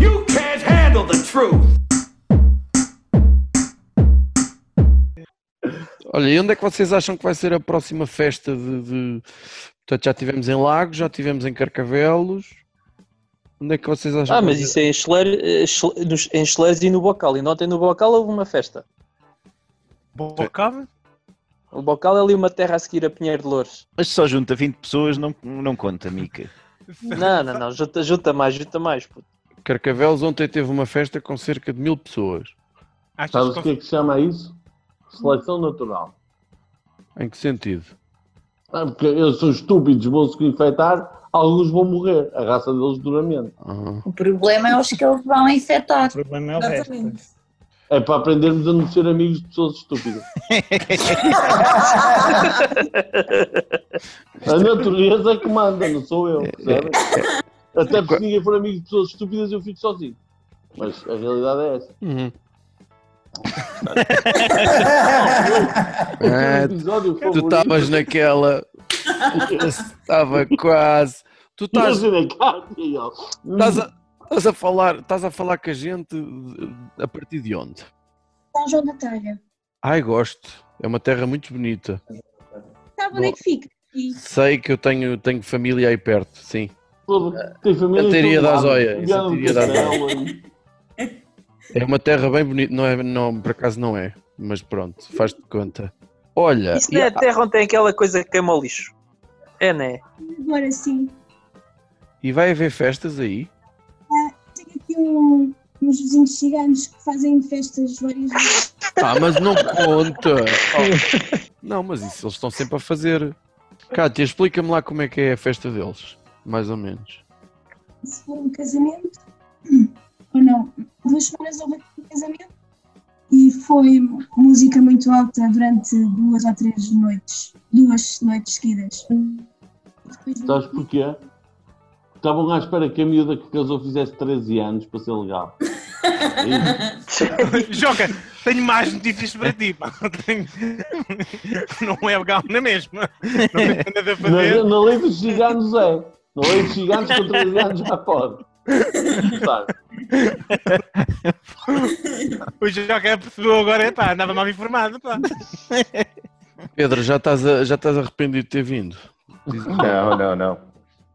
You can't handle the truth. Olha, e onde é que vocês acham que vai ser a próxima festa de. de- Portanto, já tivemos em Lagos, já tivemos em Carcavelos. Onde é que vocês acham Ah, que mas vai isso é em Schler- eh, Schle- nos- em Schleres e no Bocal. E ontem no Bocal houve uma festa. Bocava? O Bocal é ali uma terra a seguir a Pinheiro de Loures. Mas se só junta 20 pessoas, não, não conta, Mica. Não, não, não. Junta, junta mais, junta mais. puto. Carcavelos ontem teve uma festa com cerca de mil pessoas. Achas Sabes que o que é que se chama isso? Seleção natural. Em que sentido? Ah, porque eles são estúpidos, vão se infectar, alguns vão morrer. A raça deles duramente. Ah, O problema é os que eles vão infectar. O problema é o resto. Exatamente. É para aprendermos a não ser amigos de pessoas estúpidas. A natureza é que manda, não sou eu, percebem? Até porque se ninguém for amigo de pessoas estúpidas, eu fico sozinho. Mas a realidade é essa. Uhum. O É, um episódio tu favorito- estavas naquela. Estava quase. Tu estás Imagina, Cátia, e ele, "Hum, estás a, estás a falar, estás a falar com a gente eh, a partir de onde? São João da Telha. Ai, gosto. É uma terra muito bonita. Sabe onde é que fica? E Sei que eu tenho, tenho família aí perto, sim. todo- Tem família A teoria em todo da lado. joia, Um isso é a grande teoria da castelo, um- É uma terra bem bonita. Não é, não, por acaso não é, mas pronto, faz de conta. Olha, Isso não é e- a terra onde tem aquela coisa que queima o lixo. É, né? agora sim, e vai haver festas aí? tem aqui um- uns vizinhos ciganos que fazem festas várias vezes. Ah, mas não conta. Oh, Não, mas isso eles estão sempre a fazer. Cátia, explica-me lá como é que é a festa deles, mais ou menos. Se for um casamento, ou não, duas semanas houve aqui um casamento e foi música muito alta durante duas ou três noites, duas noites seguidas. Depois Sabes porquê? Estavam à espera que a miúda que casou fizesse 13 anos para ser legal. E- Joca, tenho mais notícias para ti. pá. Tenho- Não é legal na mesma. Não tem nada a na, fazer. na lei dos gigantes é. Na lei dos gigantes com 13 anos já pode. Sabe? O Joca percebeu agora, é pá, andava mal informado. Pá. Pedro, já estás, a- já estás arrependido de ter vindo? Não, não, não.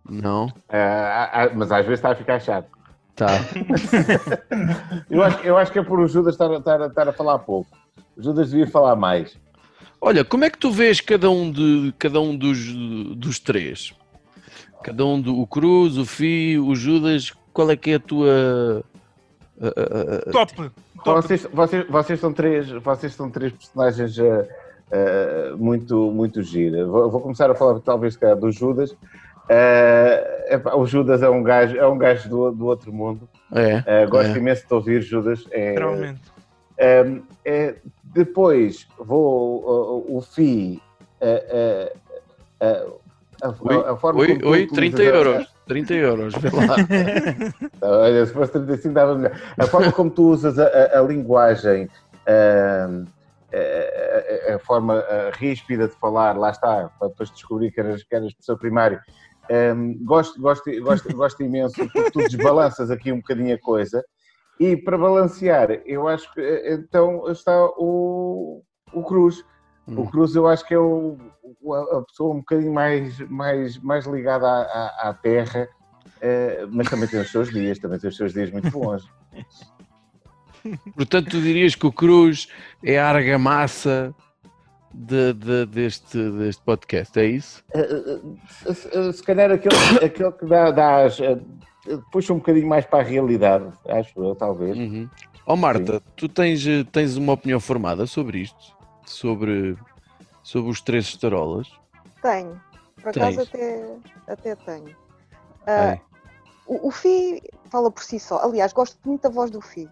Não? Ah, ah, mas às vezes está a ficar chato. Tá. Eu acho, eu acho que é por o Judas estar, a- estar a- estar a falar pouco. O Judas devia falar mais. Olha, como é que tu vês cada um, de, cada um dos, dos três? Cada um do o Cruz, o Fio, o Judas, qual é que é a tua. a- a- a- Top. Top. Tipo, Vocês, vocês, vocês, são três, vocês são três personagens ah, ah, muito, muito gira. Vou, vou começar a falar talvez se calhar, do Judas. Ah, epá, o Judas é um gajo, é um gajo do, do outro mundo. é. Ah, gosto É. imenso de ouvir Judas. É, Literalmente. Um, é, depois vou uh, uh, o FI uh, uh, uh, a, a- a forma Oi, como tu oi, utilizas 30 a- euros. 30 euros, vê lá. Olha, se fosse 35 dava melhor. A forma como tu usas a, a- a linguagem, ehm, é, ahm, a, a- a forma ah, ríspida de falar, lá está, para depois descobrir que eras, que eras professor primário. Ahm, gosto, gosto, gosto, gosto imenso, porque tu desbalanças aqui um bocadinho a coisa. E para balancear, eu acho que eh, então está o, o Cruz. O Hum. Cruz eu acho que é o, o- a a pessoa um bocadinho mais, mais, mais ligada à, à- à terra, eh, mas também tem os seus dias, também tem os seus dias muito bons. Portanto, tu dirias que o Cruz é a argamassa de- de- deste, deste podcast, é isso? Eh, eh, se- eh, se calhar aquele, aquele que dá, dá as, eh, puxa um bocadinho mais para a realidade, acho eu, talvez. Uhum. Oh Marta, tu tens, eh, tens uma opinião formada sobre isto? Sobre, sobre os três estarolas? Tenho. Por acaso Tens. até, até tenho. Ah, É. o, o Fi fala por si só. Aliás, gosto muito da voz do Fi.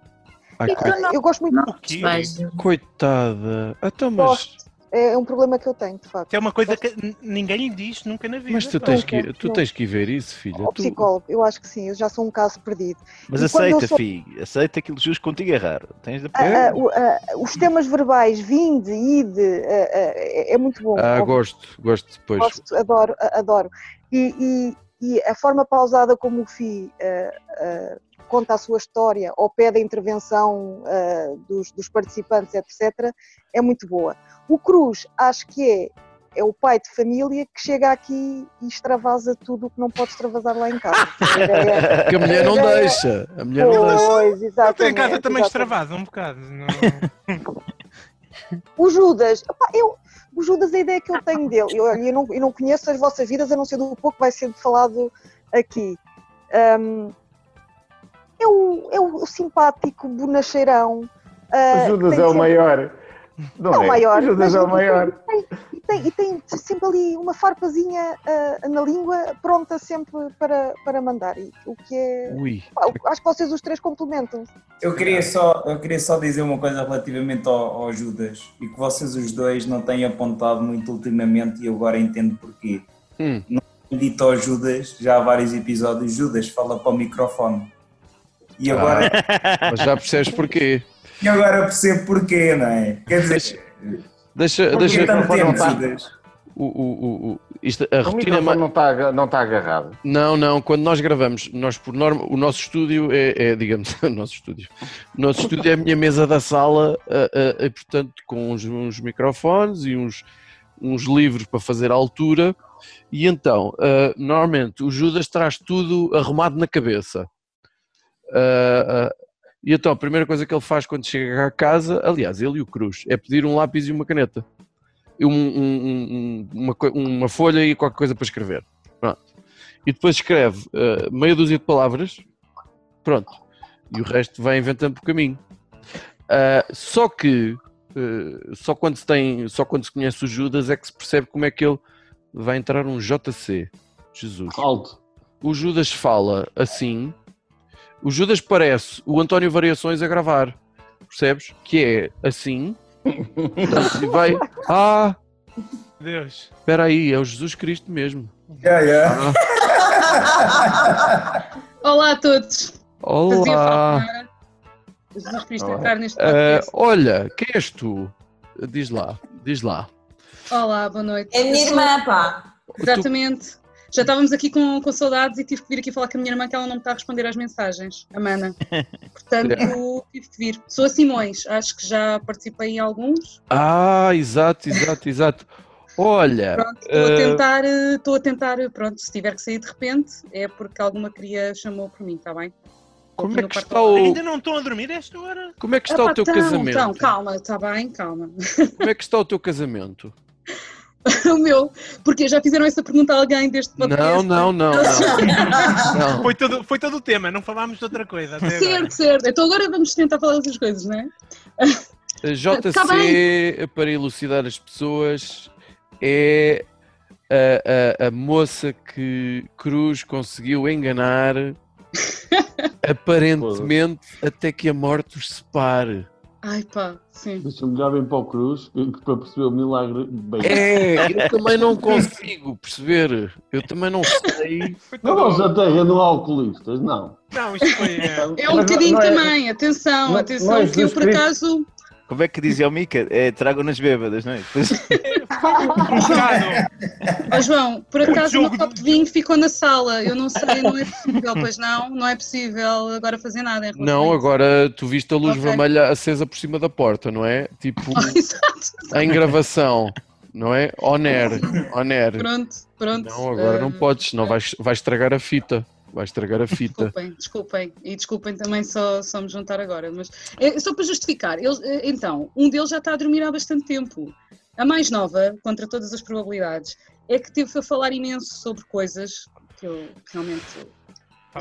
Ai, Então, coi- não- Eu gosto muito não O quê? vejo. coitada. Então, mas gosto, É um problema que eu tenho, de facto. Que é uma coisa que n- ninguém lhe diz nunca na vida. Mas tu pá. tens não, que, ir- não. tu tens que ir ver isso, filha. Ao Tu- psicólogo, eu acho que sim, eu já sou um caso perdido. Mas E quando eu aceita, sou- filho. Aceita que elogios contigo é raro. Tens de... Ah, ah, o- ah, os temas verbais, vinde, ide, ah, ah, é, é muito bom. Ah, Ao- gosto, gosto depois. Gosto, adoro, a- adoro. E, e- e a forma pausada como o Fi eh, eh, conta a sua história ou pede a intervenção eh, dos, dos participantes, etc., é muito boa. O Cruz, acho que é, é o pai de família que chega aqui e extravasa tudo o que não pode extravasar lá em casa. É, Que a mulher não É, é. deixa. A mulher não deixa. Pois, Eu exatamente. tenho em casa também exatamente. extravasa um bocado. não- O Judas, opá, eu, o Judas, a ideia que eu tenho dele, eu, eu, não, eu não conheço as vossas vidas, a não ser do pouco que vai sendo falado aqui. Ahm, é, o, é o simpático, bonacheirão. ah, O Judas tem é o sempre- maior. Não É o maior. Judas mas é o tem- maior. E tem, e tem sempre ali uma farpazinha ah, na língua, pronta sempre para, para mandar. E o que é. Ui. pá, eu acho que vocês os três complementam. Eu queria, só, eu queria só dizer uma coisa relativamente ao, ao Judas e que vocês os dois não têm apontado muito ultimamente e eu agora entendo porquê. Hum. Não tenho dito ao Judas, já há vários episódios, Judas fala para o microfone. E agora, Ah. Mas já percebes porquê. e agora percebo porquê, não é? Quer dizer, Deixa, um porquê deixa tanto tempo, tá- Judas? o, o, o, o- isto, a O rotina. microfone ma- não está não tá agarrado. Não, não, quando nós gravamos, nós por norma, o nosso estúdio é, é, digamos, o nosso estúdio. O nosso estúdio é a minha mesa da sala, a, a- a, portanto, com uns, uns microfones e uns, uns livros para fazer a altura. E então, ah, normalmente, o Judas traz tudo arrumado na cabeça. Ah, ah, e então, a primeira coisa que ele faz quando chega à casa, aliás, ele e o Cruz, é pedir um lápis e uma caneta. Um- um- um- uma, co- uma folha e qualquer coisa para escrever. Pronto. E depois escreve eh, meia dúzia de palavras. Pronto. E o resto vai inventando por caminho. Ah, só que eh, só quando se tem, só quando se conhece o Judas é que se percebe como é que ele vai entrar um JC. Jesus Alto. o Judas fala assim. O Judas parece o António Variações a gravar, percebes? Que é assim. e vai. Ah, Deus. espera aí, é o Jesus Cristo mesmo. Yeah, yeah. Ah, Olá a todos. Fazia olá. falta Jesus Cristo Olá. entrar neste Ah, podcast. olha, quem és tu? Diz lá, diz lá. Olá, boa noite. É a minha Eu sou- irmã, pá. Exatamente. Já estávamos aqui com, com saudades e tive que vir aqui falar com a minha irmã que ela não me está a responder às mensagens, a Mana. Portanto, tive que vir. Sou a Simões, acho que já participei em alguns. Ah, exato, exato, exato. Olha, Pronto, estou Ah. a tentar, eh, estou a tentar, eh, pronto, se tiver que sair de repente, é porque alguma cria chamou por mim, está bem? como é Aqui no que quarto. está o, Ainda não estão a dormir a esta hora? como é que está Epá, o teu então, Então, casamento? calma, está bem, calma. Como é que está o teu casamento? o meu, porque já fizeram essa pergunta a alguém deste podcast. Não, não, não, não. não. Foi todo, foi todo o tema, não falámos de outra coisa. até agora. Certo, certo. Então agora vamos tentar falar dessas coisas, não é? A JC, Tá para elucidar as pessoas, é a, a- a moça que Cruz conseguiu enganar, aparentemente, até que a morte os separe. Ai pá, sim. Deixa-me olhar bem para o Cruz que- que para perceber o milagre. Bem, É, eu também não consigo perceber. Eu também não sei. Foi todo- Não, não se aterra no alcoolistas, não. Não, isto foi. é, É um bocadinho também, atenção, não- atenção, não é que eu Jesus por Cristo. acaso. Como é que dizia o Mica? É, tragam-nas bêbadas, não é? Depois- um bocado. Ó João, por acaso o jogo meu copo de vinho ficou na sala. Eu não sei, não é possível, pois não, não é possível agora fazer nada. em relação Não, a agora tu viste a luz Ok. vermelha acesa por cima da porta, não é? Tipo, isso. Exato. em gravação, não é? On air, on air. Pronto, pronto. Não, agora não Ah, podes, senão vais, vais estragar a fita. Vais estragar a fita. Desculpem, desculpem. E desculpem também só, só me juntar agora. Mas é, só para justificar, eles, eh, então, um deles já está a dormir há bastante tempo. A mais nova, contra todas as probabilidades, é que teve a falar imenso sobre coisas que eu realmente.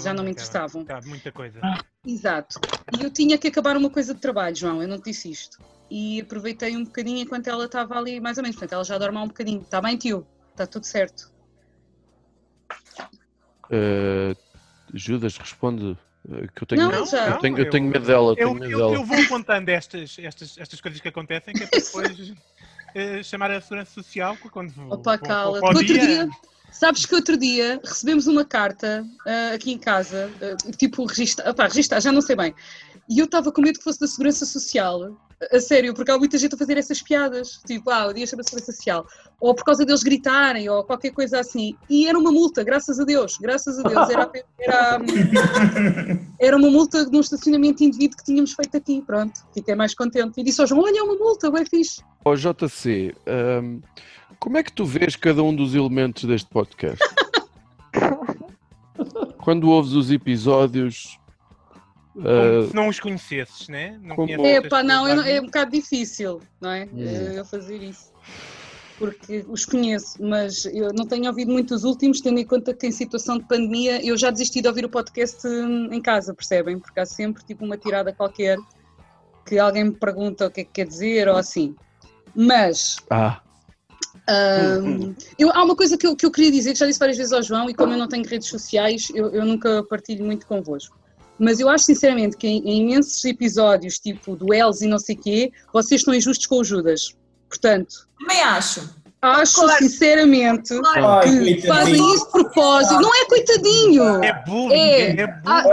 Já não me interessavam. Tá, muita coisa. Exato. E eu tinha que acabar uma coisa de trabalho, João, eu não te disse isto. E aproveitei um bocadinho enquanto ela estava ali, mais ou menos. Portanto, ela já dorme há um bocadinho. Está bem, tio? Está tudo certo. Uh, Judas responde uh, que eu tenho, Não, medo- já. eu tenho, eu eu- tenho medo dela. Eu, Eu, tenho medo eu, dela. eu vou contando estas, estas, estas coisas que acontecem, que é para depois. eh, chamar a segurança social quando Opa, para o- cala-te. para o Outro Hum, dia. dia, sabes que outro dia recebemos uma carta ah, aqui em casa, ah, tipo, registar, opá, registar, já não sei bem. E eu estava com medo que fosse da Segurança Social. A a sério, porque há muita gente a fazer essas piadas. Tipo, ah, o dia chama Segurança Social. Ou por causa deles gritarem, ou qualquer coisa assim. E era uma multa, graças a Deus, graças a Deus. Era, era, era uma multa de um estacionamento indevido que tínhamos feito aqui. Pronto, fiquei mais contente. E disse ao João: Olha, é uma multa, bem fixe. Ó JC, hum, como é que tu vês cada um dos elementos deste podcast? Quando ouves os episódios. Como ah, se não os conhecesses, né? não Como- conheces É estas pá, não, eu não- pessoas. é um bocado difícil, não é? Hum. Eu fazer isso. Porque os conheço, mas eu não tenho ouvido muito os últimos, tendo em conta que em situação de pandemia eu já desisti de ouvir o podcast hum, em casa, percebem? Porque há sempre tipo uma tirada qualquer que alguém me pergunta o que é que quer dizer ou assim. Mas ah, Hum, Ahm, eu- há uma coisa que eu, que eu queria dizer, que já disse várias vezes ao João, e como eu não tenho redes sociais, eu, eu nunca partilho muito convosco. Mas eu acho sinceramente que em, em imensos episódios, tipo duelos e não sei quê, vocês estão injustos com o Judas. Portanto. Também acho. Acho sinceramente Claro. Ai, que fazem coitadinho. isso de propósito. Não é coitadinho! É bullying! É. Ah,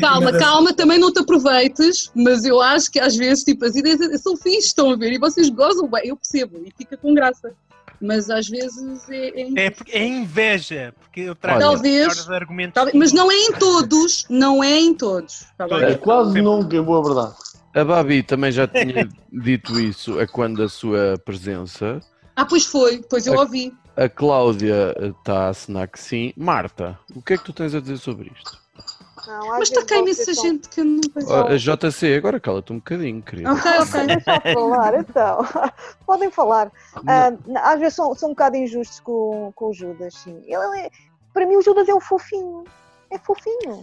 calma, calma, também não te aproveites, mas eu acho que às vezes tipo, as ideias são fixe, estão a ver? E vocês gozam bem, eu percebo, e fica com graça. Mas às vezes é. é É, porque- é inveja, porque eu trago Talvez, argumentos. talvez- mas não é em todos, não é em todos. tá bem? É quase nunca, em boa verdade. a Babi também já tinha dito isso a quando a sua presença. Ah, pois foi, pois eu A- ouvi. A Cláudia está a assinar que sim. Marta, o que é que tu tens a dizer sobre isto? Mas está cá imensa gente que eu não Ó, a JC, agora cala-te um bocadinho, querida. Ok, ok. Deixa-me falar, então. Podem falar. Ah, às vezes são, são um bocado injustos com, com o Judas, sim. Ele é- para mim, o Judas é um fofinho. É fofinho.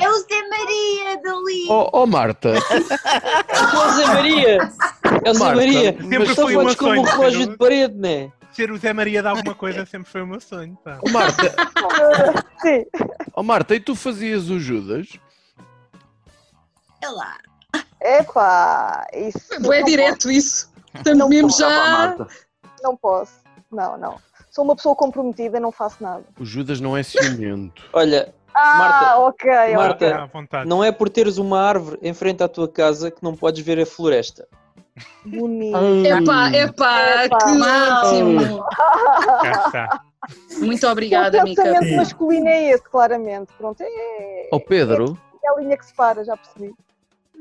É o Zé Maria dali. Oh, oh, Marta, É o Zé Maria! É o Zé Marta, Maria! mas Mas foi são um quantos como um sonho, relógio não? de parede, não é? Ser o Zé Maria de alguma coisa sempre foi o meu sonho. Pá. Oh, Marta. Sim. oh, Marta, e tu fazias o Judas? É lá. Epá, isso. Foi não direto posso. isso. Estamos mesmo posso. já. Não posso. Não, não. Sou uma pessoa comprometida, não faço nada. O Judas não é ciumento. Olha, Ah, Marta, ok, ok. Marta, não é por teres uma árvore em frente à tua casa que não podes ver a floresta. Bonito. Epá, epá, Epá. é que ótimo! Muito obrigada, O Mica. pensamento masculino é esse, claramente. Pronto, é, Oh, Pedro, é a linha que separa, já percebi.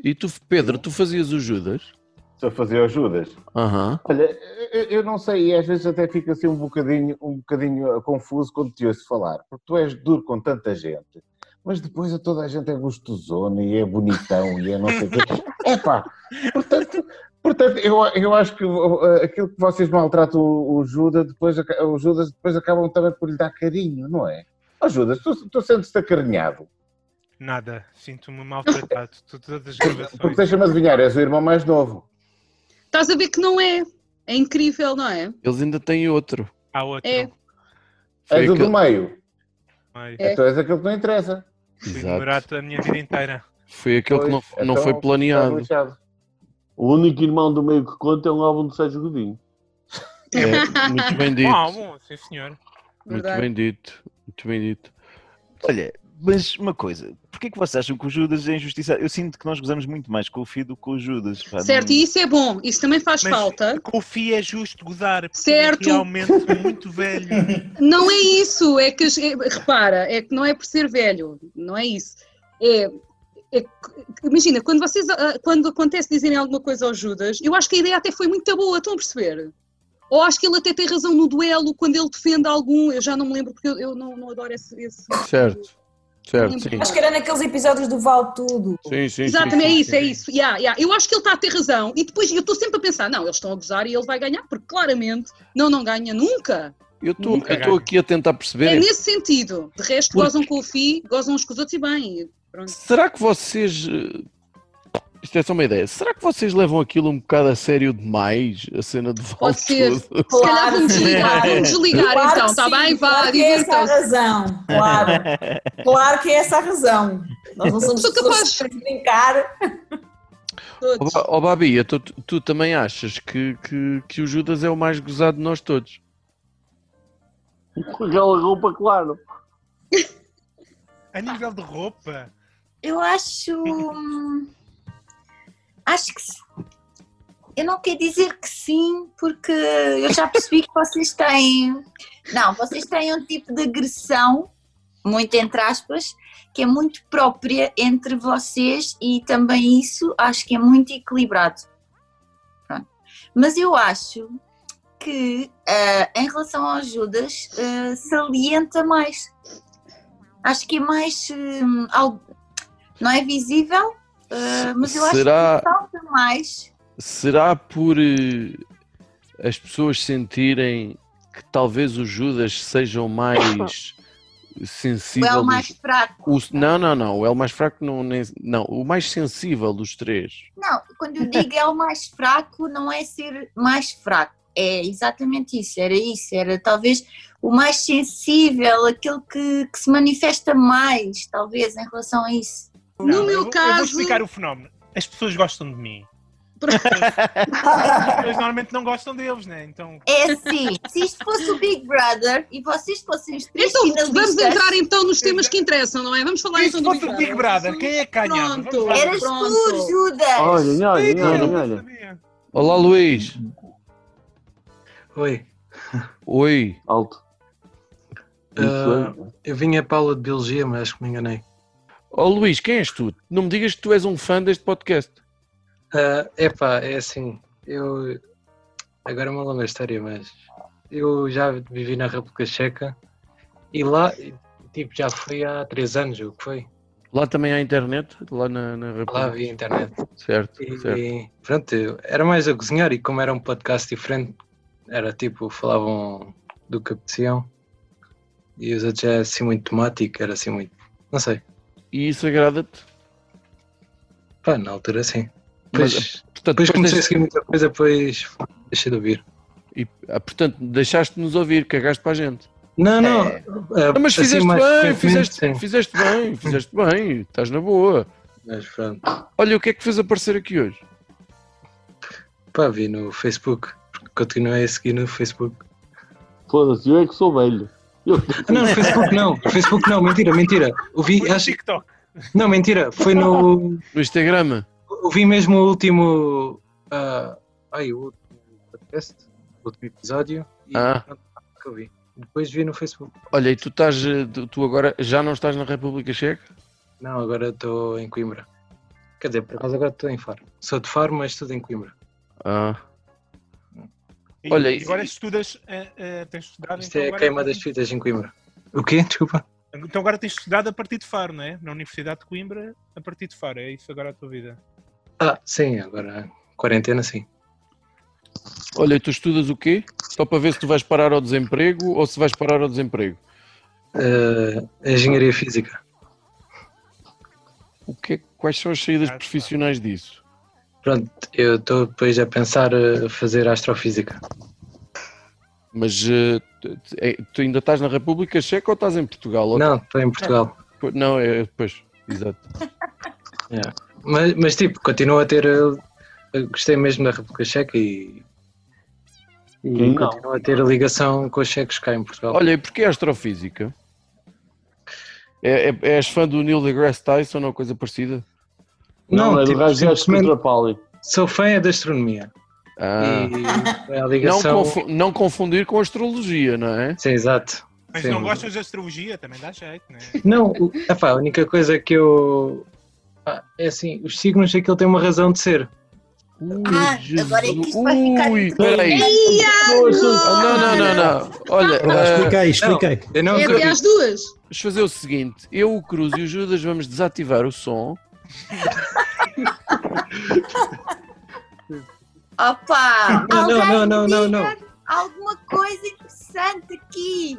e tu, Pedro, tu fazias o Judas? Estou a fazer o Judas. Aham. Olha, eu, eu não sei, e às vezes até fico assim um bocadinho, um bocadinho eh, confuso quando te ouço falar, porque tu és duro com tanta gente, mas depois a toda a gente é gostosona e é bonitão e é não sei o quê. Epá, portanto, portanto eu, eu acho que eh, aquilo que vocês maltratam o, o Judas, depois, aca- o Judas depois acabam também por lhe dar carinho, não é? Ó Judas, tu, tu sentes-te acarinhado, Nada, sinto-me maltratado. Tu- Todas as gravações. porque deixa-me adivinhar, és o irmão mais novo. Estás a ver que não é. É incrível, não é? Eles ainda têm outro. Há outro. É. Foi és o do aquele- meio. É. Então és aquele que não interessa. Fui Exato. ignorado a minha vida inteira. Foi aquele que não, Pois, não então, foi planeado. está lixado. O único irmão do meio que conta é um álbum de Sérgio Godinho. É, muito bem dito. Bom, bom, sim, senhor. Verdade. Muito bem dito. Muito bem dito. Olha, mas uma coisa, porquê que vocês acham que o Judas é injustiçado? Eu sinto que nós gozamos muito mais com o Fio do que com o Judas. pá, não- Certo, e isso é bom, isso também faz Mas falta. Com o FI é justo gozar, porque Certo. realmente sou muito velho. Não é isso, é que as- é- repara, é que não é por ser velho, não é isso. É, é que- imagina, quando vocês ah, quando acontece dizerem alguma coisa ao Judas, eu acho que a ideia até foi muito boa, estão a perceber? Ou acho que ele até tem razão no duelo quando ele defende algum, eu já não me lembro porque eu, eu não, não adoro esse. esse- Certo. Certo, sim. Acho que era naqueles episódios do Val Tudo. Sim, sim, Exatamente, sim, é sim, isso, é isso. sim. Yeah, yeah. Eu acho que ele está a ter razão e depois eu estou sempre a pensar, não, eles estão a gozar e ele vai ganhar, porque claramente não, não ganha nunca. Eu estou aqui a tentar perceber. É nesse sentido. De resto, Porque- gozam com o FI, gozam uns com os outros e bem. e Pronto. Será que vocês. eh, Isto é só uma ideia. Será que vocês levam aquilo um bocado a sério demais? A cena de volta? Pode ser. Se calhar vamos desligar, vamos desligar Claro então, que está sim, bem? Vá, claro que é essa a divirtam-se. razão. Claro. Claro que é essa a razão. Nós não somos pessoas capazes de brincar. Todos. Ó, oh, Babi, então tu, tu também achas que, que, que o Judas é o mais gozado de nós todos? Com aquela roupa, claro. A nível de roupa. Eu acho. hum, Acho que. se- Eu não quero dizer que sim, porque eu já percebi que vocês têm. Não, vocês têm um tipo de agressão, muito entre aspas, que é muito própria entre vocês e também isso acho que é muito equilibrado. Pronto. Mas eu acho que ah, em relação ao Judas ah, salienta mais. Acho que é mais. hum, al- não é visível, ah, mas eu Será- acho que falta mais. Será por eh, as pessoas sentirem que talvez o Judas seja o mais Ou é sensível? o mais dos- fraco. o- não, não, não. É o mais fraco, não, nem- não. O mais sensível dos três. Não, quando eu digo é o mais fraco, não é ser mais fraco. É exatamente isso, era isso, era talvez o mais sensível, aquele que, que se manifesta mais, talvez, em relação a isso. Não, eu vou- Eu vou explicar o fenómeno. As pessoas gostam de mim. As pessoas normalmente não gostam deles, né? Então. É assim, se isto fosse o Big Brother e vocês fossem os três Então, vamos finalistas- entrar então nos temas que interessam, não é? Vamos falar então do Big Brother. quem é que ganhava? Pronto, Eras tu, Judas! Olhem, olhem, olhem, olhem. Olá, Luís. Oi. Oi. Alto. Ah, eu vim a Paula de Biologia, mas acho que me enganei. Ó Luís, quem és tu? Não me digas que tu és um fã deste podcast. Ah, epá, é assim, eu. Agora é uma longa história, mas. Eu já vivi na República Checa e lá, tipo, já fui há três anos, o que foi? Lá também há internet? Lá na, na República? Lá havia internet. Certo, E, certo. pronto, eu- era mais a cozinhar e como era um podcast diferente, era tipo, falavam do que apeteciam e os outros é assim muito temático, era assim muito, não sei. E isso agrada-te? Pá, na altura sim. Mas, eh, Depois, portanto, depois depois comecei tens- a seguir muita coisa, depois deixei de ouvir. E, ah, portanto, deixaste-nos ouvir, cagaste para a gente. É. Não, não. ah, Não, mas assim, fizeste mais bem, frequentemente, fizeste, sim. fizeste bem, fizeste bem, estás na boa. Mas pronto. Olha, o que é que fez aparecer aqui hoje? Pá, vi no Facebook. Continuei a seguir no Facebook. Foda-se, eu é que sou velho. Ah, não, no Facebook não. No Facebook não, mentira, mentira. Ouvi, acho... TikTok. Não, mentira. Foi no. No Instagram. Ouvi mesmo o último. ah, ai, o último podcast, o último episódio. E Ah. pronto, que eu vi. Depois vi no Facebook. Olha, e tu estás, eh, tu- tu agora já não estás na República Checa? Não, agora estou em Coimbra. Quer dizer, por acaso agora estou em Faro. Sou de Faro, mas estou em Coimbra. Ah. E Olha, e- agora estudas, eh, eh, tens estudado. Isto então é a agora- queima das fitas em Coimbra. O quê? Desculpa. Então agora tens estudado a partir de Faro, não é? Na Universidade de Coimbra, a partir de Faro. É isso agora a tua vida. Ah, sim, agora quarentena sim. Olha, e tu estudas o quê? Só para ver se tu vais parar ao desemprego ou se vais parar ao desemprego. Ah, engenharia física. O que é- quais são as saídas profissionais disso? Pronto, eu estou depois a pensar eh, fazer astrofísica. Mas eh, tu- tu- eh, tu ainda estás na República Checa ou estás em Portugal? Não, estou em Portugal. Não, é depois, exato. Yeah. Mas, mas, tipo, continuo a ter. eh, eu gostei mesmo da República Checa e. E Quem não? continuo a ter a ligação com os checos cá em Portugal. Olha, e porquê astrofísica? É, é- és fã do Neil deGrasse Tyson ou coisa parecida? Não, Não, é do tipo, gajo que simplesmente- Pauli. Sou fã é da astronomia. Ah. E é a Não, ligação. confu- não confundir com astrologia, não é? Sim, exato. Mas Sim. não gostas de astrologia? Também dá jeito, né? Não, o- epá, a única coisa que eu. pá, é assim, os signos aquilo tem uma razão de ser. Ah, agora é que isto vai Hum. ficar. Ui, entre- peraí. Ai, Ah, Não, não, não, não. Olha, Vá, explica aí, explica aí. Eu não É até às duas. Vamos fazer o seguinte: eu, o Cruz e o Judas vamos desativar o som. Opa! Não, não, alguém não, não, não, diga Alguma coisa interessante aqui!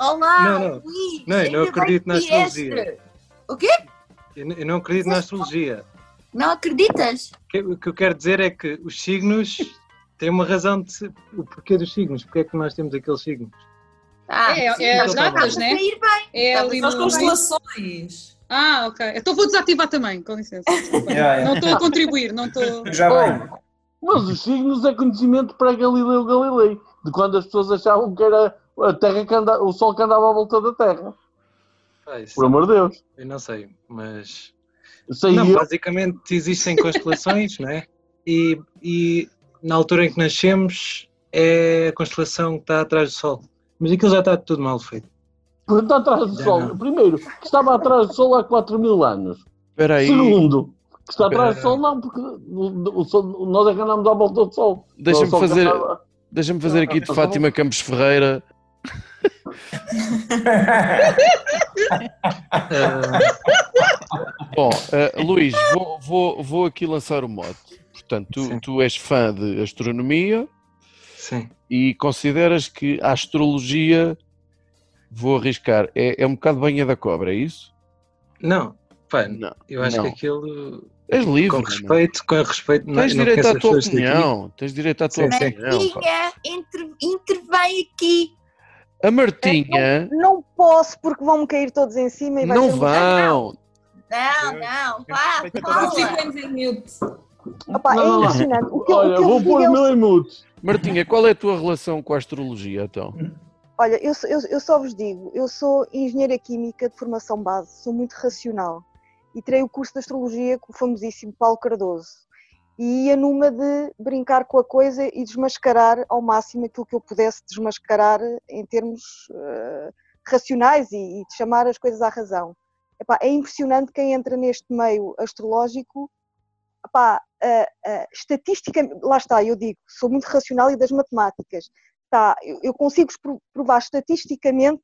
Olá, Não, não. Luís! Não, eu não ainda bem acredito que na vieste. astrologia. O quê? Eu, n- eu não acredito na astrologia. Não acreditas? O que- O que eu quero dizer é que os signos têm uma razão de ser. O porquê dos signos? Porquê é que nós temos aqueles signos? Ah, É- é sim, as mas datas, estava né? a sair bem. É Estava ali a no- sair As bem. constelações. Ah, ok. Então vou desativar também, com licença. desculpa. Yeah, yeah. Não estou a contribuir, não estou. Oh, Mas os signos é conhecimento para Galileu Galilei, de quando as pessoas achavam que era a terra que anda, o Sol que andava à volta da Terra. Ah, isso- Por amor de Deus. Eu não sei, mas. sei não, eu. basicamente existem constelações, não é? E, e na altura em que nascemos é a constelação que está atrás do Sol. Mas aquilo já está tudo mal feito. Está atrás do Sol. Primeiro, que estava atrás do Sol há 4 mil anos. Espera aí. Segundo, que está atrás do Espera. Sol não, porque o- o Sol- nós é que andamos à volta do Sol. Não, Deixa-me o Sol fazer, que andava- deixa fazer aqui de não, não. Fátima Campos Ferreira. Bom, eh, Luís, vou, vou, vou aqui lançar o mote. Portanto, tu, tu és fã de astronomia Sim. e consideras que a astrologia, vou arriscar, é, é um bocado banha da cobra, é isso? Não, pá, eu acho não. que aquilo. És livre. Com mano. respeito, com respeito. não- Tens não direito à conheço as tua pessoas daqui. opinião. Tens direito à tua Sim, sim. opinião. pá. Martinha, entre, intervém aqui. A Martinha Não posso porque vão-me cair todos em cima e vai não ser um muito- vão. Não, não, vá, Não fala. ficamos em mute. Opa, Não, não, é não. impressionante. O que, eu- o que eu vos digo é o em mute. Martinha, qual é a tua relação com a astrologia, então? Olha, eu, só- eu- eu só vos digo, eu sou engenheira química de formação base, sou muito racional e tirei o curso de astrologia com o famosíssimo Paulo Cardoso e ia numa de brincar com a coisa e desmascarar ao máximo aquilo que eu pudesse desmascarar em termos eh, racionais e, e de chamar as coisas à razão. Epá, é impressionante quem entra neste meio astrológico pá, ah, ah, estatisticamente, lá está, eu digo, sou muito racional e das matemáticas, tá, eu, eu consigo vos pro- provar estatisticamente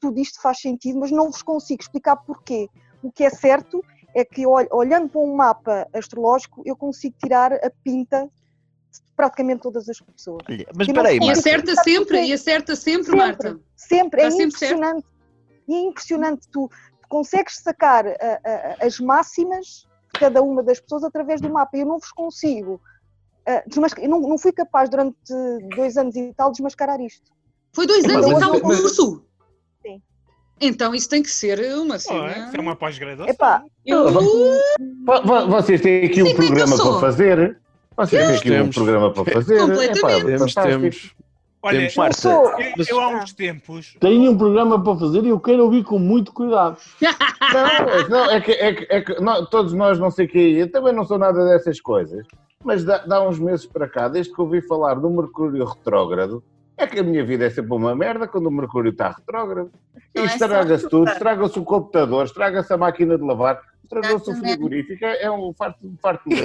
tudo isto faz sentido, mas não vos consigo explicar porquê. O que é certo é que ol- olhando para um mapa astrológico, eu consigo tirar a pinta de praticamente todas as pessoas. Olha, mas Eu não espera sei aí, E Marta. acerta sempre, e acerta sempre, Marta. Sempre, é Está sempre certo. impressionante. E é impressionante, tu consegues sacar a- a- a- as máximas de cada uma das pessoas através do mapa. Eu não vos consigo. ah, desmasca- eu não, não fui capaz durante dois anos e tal de desmascarar isto. Foi dois Mas anos e eu tal acho o que- mas- um curso? Sim. Então isso tem que ser uma cena. é uma pós-graduação. Epá, Eu- Vo- vo- Vocês têm aqui um programa para fazer. Vocês têm aqui um Temos. programa para fazer. Completamente. Epá, é Temos, fantástico. temos. Olha, Temos, eu, Marta. eu- eu há uns tempos. Tenho um programa para fazer e eu quero ouvir com muito cuidado. Não, não, é que, é que- é que nó- todos nós não sei o que é. Eu também não sou nada dessas coisas. Mas dá, dá uns meses para cá, desde que ouvi falar do Mercúrio retrógrado, é que a minha vida é sempre uma merda quando o Mercúrio está retrógrado. E Não é só estraga-se tudo, retrógrado. estraga-se o computador, estraga-se a máquina de lavar, estragou-se o Exatamente. frigorífico. É é um farto, um farto Eh, de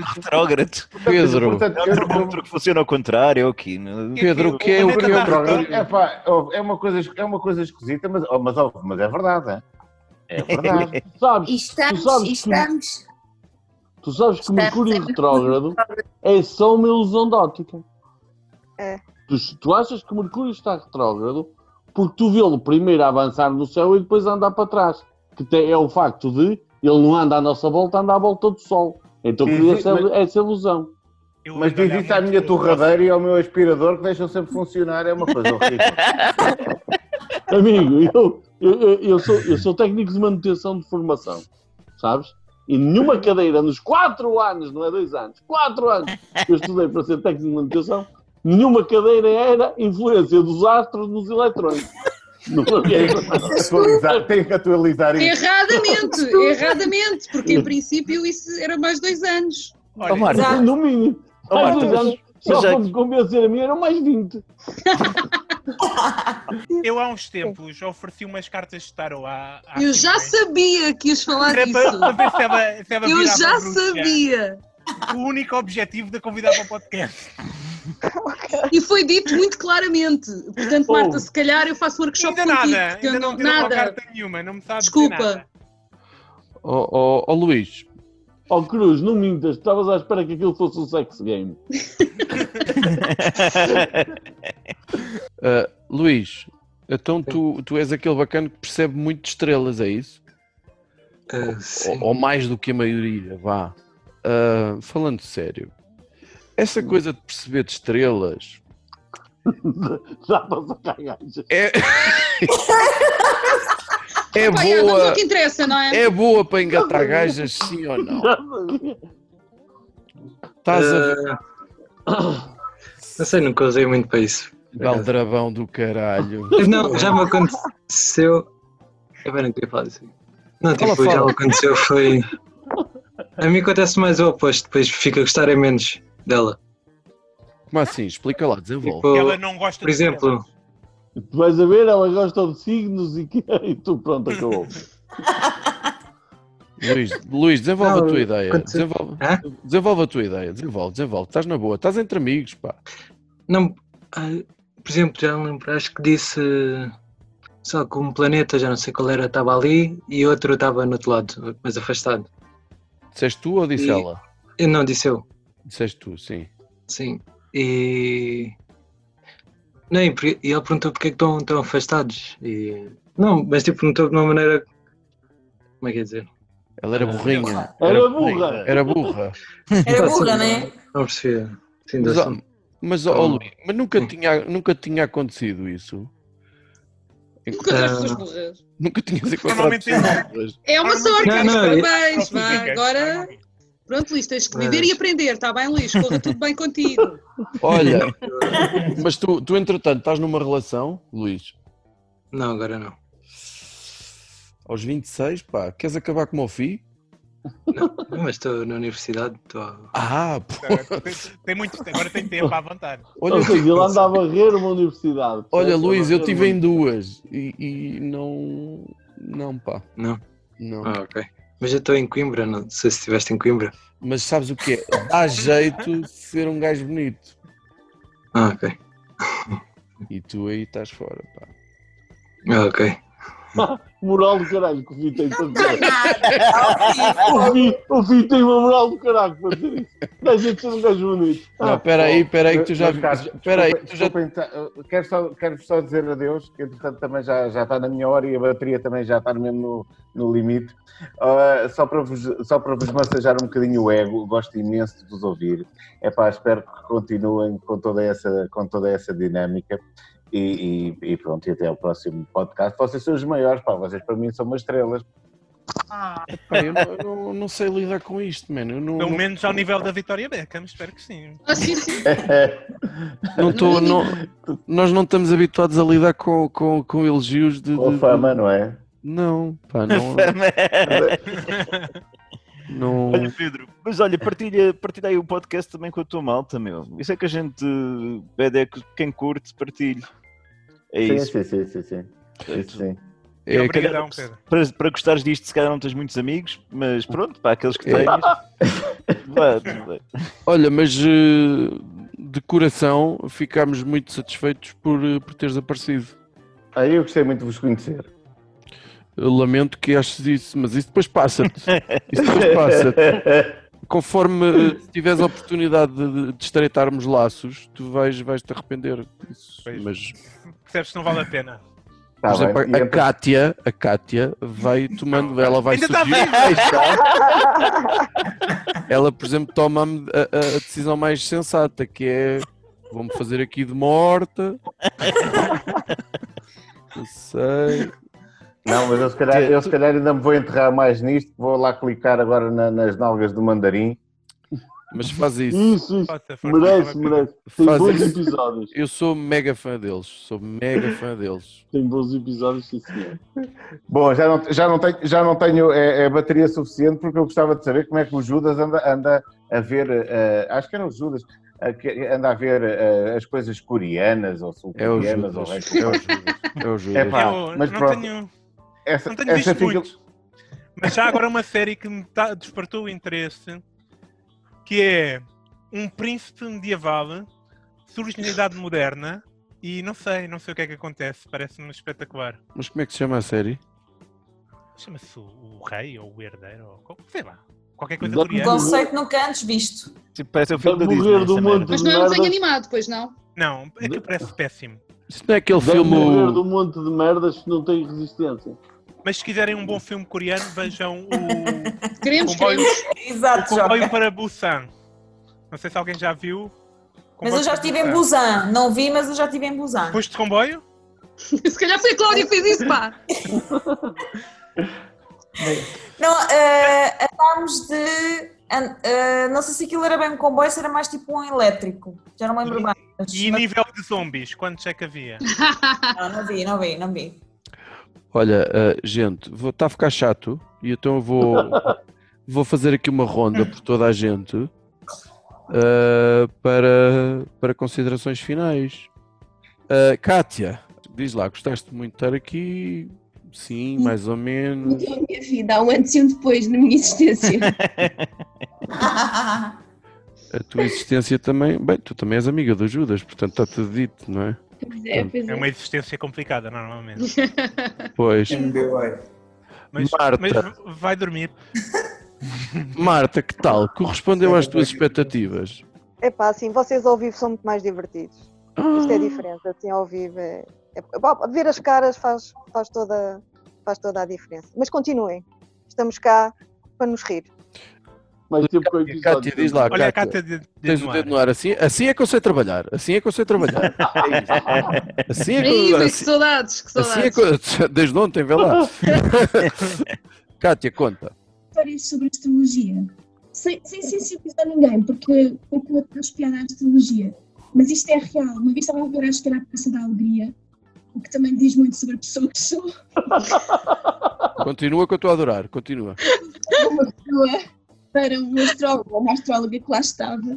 Retrógrado. Pedro. É outro outro que funciona ao contrário é aqui. é retrógrado? É, pá, é uma coisa, es- é uma coisa esquisita, mas, oh, mas, oh, mas é verdade. é? É verdade. Sabes, E tu sabes estamos, e que- né? estamos. Tu sabes que Mercúrio retrógrado é só uma ilusão de ótica. É. Tu, tu achas que Mercúrio está retrógrado porque tu vê-lo primeiro a avançar no céu e depois a andar para trás. Que te- é o facto de ele não anda à nossa volta, anda à volta do Sol. Então Sim, cria sim, essa, mas- essa ilusão. Mas diz isso à minha torradeira e ao meu aspirador que deixam sempre funcionar, é uma coisa horrível. Amigo, eu, eu, eu- eu sou, eu sou técnico de manutenção de formação, sabes? E nenhuma cadeira nos 4 anos, não é 2 anos, 4 anos que eu estudei para ser técnico de manutenção, nenhuma cadeira era influência dos astros nos eletrões. Não é havia atualizar, tem que atualizar isso. Erradamente, erradamente, porque em princípio isso era mais dois anos. Ó, Marta. Oh, Não, no mínimo. Ó, Mais Marta, dois anos, mas só é para que- me convencer a mim eram mais 20. Eu há uns tempos ofereci umas cartas de tarot à. à Eu já sabia que ias falar Era é para- disso. para ver se ela- se ela Eu virava já bruxa. sabia. O único objetivo de a convidar para o podcast. E foi dito muito claramente. Portanto, Marta, se calhar eu faço um workshop Ainda contigo. nada, porque eu ainda não não- tirou uma nada. carta nenhuma, não me sabe dizer Desculpa. nada. Ó ó, ó, Luís, Ó Cruz, não mintas, estavas à espera que aquilo fosse um sex game. ah, Luís, então tu, tu és aquele bacana que percebe muito de estrelas, é isso? ou, ou mais do que a maioria, vá. Ah, falando sério, essa coisa de perceber de estrelas Dá para sacar gajas. é. É Pá, yeah, vamos ao boa, que interessa, não é? é boa para engatar gajas, sim ou não? Estás a ver? Ah. Não sei, nunca usei muito para isso. Galdrabão do caralho. Não, já me aconteceu. Eu bem não queria falar assim. Não, Fala, tipo, fala. já me aconteceu foi. A mim acontece mais o oposto, depois fica a gostarem menos dela. Como assim? Explica lá, desenvolve. Tipo, Por exemplo, Tu vais a ver, ela gosta de signos e, que- e tu, pronto, acabou. Luís, Luís, desenvolve Não, a tua ideia. quando se- Desenvolve, desenvolve a tua ideia. Desenvolve, desenvolve. Estás na boa. Estás entre amigos, pá. não. ah, por exemplo, já me lembro, acho que disse. Só que um planeta, já não sei qual era, estava ali e outro estava no outro lado, mas afastado. Disseste tu ou disse E- ela? Eu não, disse eu. Disseste tu, sim. Sim. E. Não, e porque- e ele perguntou porque é que estão tão afastados. E... Não, mas tipo, perguntou de uma maneira. Como é que é dizer? Ela era burrinha. Era burra. Era burra. Era né? burra, não é? tá Não percebia. Sim, Então- Mas, dá ó, sim. mas, ó, ó, Luís, mas nunca, tinha, nunca tinha acontecido isso? Ah. Encontraste pessoas burras. Nunca tinhas encontrado Normalmente pessoas burras. É uma sorte, não, Não, não, eu- parabéns, não, é vá, fica. agora... Pronto, Luís, tens que Mas- viver e aprender, está bem, Luís? Corra tudo bem contigo. Olha, mas tu, tu entretanto estás numa relação, Luís? Não, agora não. Aos 26, pá, queres acabar como o FI? Não, Mas estou na universidade, estou. a- Ah, pô. Tem, tem muito tempo, agora tem tempo à vontade. Olha, Ou seja, ele anda a varrer uma universidade. Olha, Luís, eu tive tive em duas e, e não. Não, pá. Não. Não. Ah, ok. Mas eu estou em Coimbra, não sei se estiveste em Coimbra. Mas sabes o que é? Dá jeito de ser um gajo bonito. Ah, ok. E tu aí estás fora, pá. Ah, ok. moral do caralho que o Fih tem para dizer. O Fih- O Fih tem uma moral do caralho para dizer isso. Dá jeito de ser um gajo bonito. Não, espera aí, espera aí, que tu já- espera aí, que tu já- então, Quero só, quero só dizer adeus, que entretanto também já, já está na minha hora e a bateria também já está mesmo no, no limite. Ah, só, para vos, só para vos massajar um bocadinho o ego, gosto imenso de vos ouvir. É pá, espero que continuem com toda essa, com toda essa dinâmica. E, e- e pronto, e até ao próximo podcast. Vocês são os maiores, pá, vocês para mim são umas estrelas. Pá, eu não, eu não- não sei lidar com isto, mano. Eu não- Pelo não- menos ao nível da Vitória Beckham, espero que sim. Ah, sim, sim. É. Não estou. Não, nós não estamos habituados a lidar com, com, com elogios de. Com de- fama, não é? Não, pá, não. não... é- Olha, Pedro, mas olha, partilha, partilha aí o podcast também com a tua malta, meu. Isso é que a gente pede, é que quem curte, partilhe. É sim, isso. sim, sim, sim, sim. Isso sim. É, Obrigadão, calhar, Pedro. Para, para gostares disto, se calhar não tens muitos amigos, mas pronto, para aqueles É. que tens. vá, tudo bem. Olha, mas eh, de coração ficámos muito satisfeitos por, eh, por teres aparecido. Ah, eu gostei muito de vos conhecer. Lamento que aches isso, mas isso depois passa-te. Isso depois passa-te. Conforme eh, se tiveres a oportunidade de, de estreitarmos laços, tu vais, vais te arrepender disso. Mas, Percebes que não vale a pena. Tá por exemplo, a, a Kátia, a Kátia vai tomando, ela vai Ainda está sugerir. vivo! Ela, por exemplo, toma a, a- a decisão mais sensata, que é vou-me fazer aqui de morta. Não sei. Não, mas eu se, calhar, eu se calhar ainda me vou enterrar mais nisto, vou lá clicar agora na- nas nalgas do mandarim. Mas faz isso. Isso, isso. Merece, merece. Tem Faz bons isso. episódios. Eu sou mega fã deles. Sou mega fã deles. Tem bons episódios, sim, senhor. Bom, já não, já não tenho, já não tenho é, é, bateria suficiente porque eu gostava de saber como é que o Judas anda, anda a ver, eh, acho que era o Judas, eh, que anda a ver eh, as coisas coreanas ou É o sul-coreanas. ou Judas. É o Judas. É o Judas. Epá, Eu mas não pronto. tenho, Essa- não tenho visto essa fica- muito. Mas já agora uma série que me tá- despertou o interesse, que é um príncipe medieval, surge na idade moderna, e não sei, não sei o que é que acontece, parece-me espetacular. Mas como é que se chama a série? Chama-se o, o rei ou o herdeiro, ou co- sei lá, qualquer coisa Dá-me coreana. Conceito nunca antes visto. Tipo, Parece o filme Vai da morrer Disney. do essa mundo. merda. Mas não é um desenho Merda. animado, pois não? Não, é que parece péssimo. Isso não é aquele Deve filme- morrer de um monte de merdas que não tem resistência. Mas se quiserem um bom filme coreano, vejam o. Queremos, comboio, queremos. O Exato, comboio Joca. para Busan. Não sei se alguém já viu. Mas eu já estive em Busan. Busan. Não vi, mas eu já estive em Busan. Foste de comboio? Se calhar foi a Cláudia que fez isso, pá. Não, eh, andámos de. an- eh, não sei se aquilo era bem um comboio, se era mais tipo um elétrico. Já não me lembro bem. E nível de zombies, quantos é que havia? Não, não vi, não vi, não vi. Olha, ah, gente, vou estar a ficar chato e então eu vou, vou fazer aqui uma ronda por toda a gente ah, para, para considerações finais. Ah, Kátia, diz lá, gostaste muito de estar aqui? Sim, mais ou menos. Mudou a minha vida, há um antes e um depois na minha existência. A tua existência também. Bem, tu também és amiga do Judas, portanto está tudo dito, não é? Pois é, Portanto, pois É uma é. existência complicada, normalmente. Pois. Mas, Marta. mas vai dormir. Marta, que tal? Correspondeu às tuas expectativas? É pá, assim, vocês ao vivo são muito mais divertidos. Isto Ah. é diferente, assim, ao vivo é... é- bom, ver as caras faz, faz, toda, faz toda a diferença. Mas continuem, estamos cá para nos rir. Mais tempo que eu Cátia, diz lá, Olha a Cátia Cátia, de- de tens no o ar. dedo no ar assim, assim é que eu sei trabalhar, assim é que eu sei trabalhar. É isso. assim é que Aí, eu, mas que assim, saudades, que assim é saudades. que eu, desde ontem, vê lá. Cátia, conta. Histórias sobre astrologia. Sem, sem sensibilizar ninguém, porque, porque eu acho piada à astrologia. Mas isto é real. Uma vez estava a ver, acho que era a Praça da Alegria, o que também diz muito sobre a pessoa que sou. Continua que eu estou a adorar, continua. uma pessoa para um astrólogo, uma astróloga que lá estava,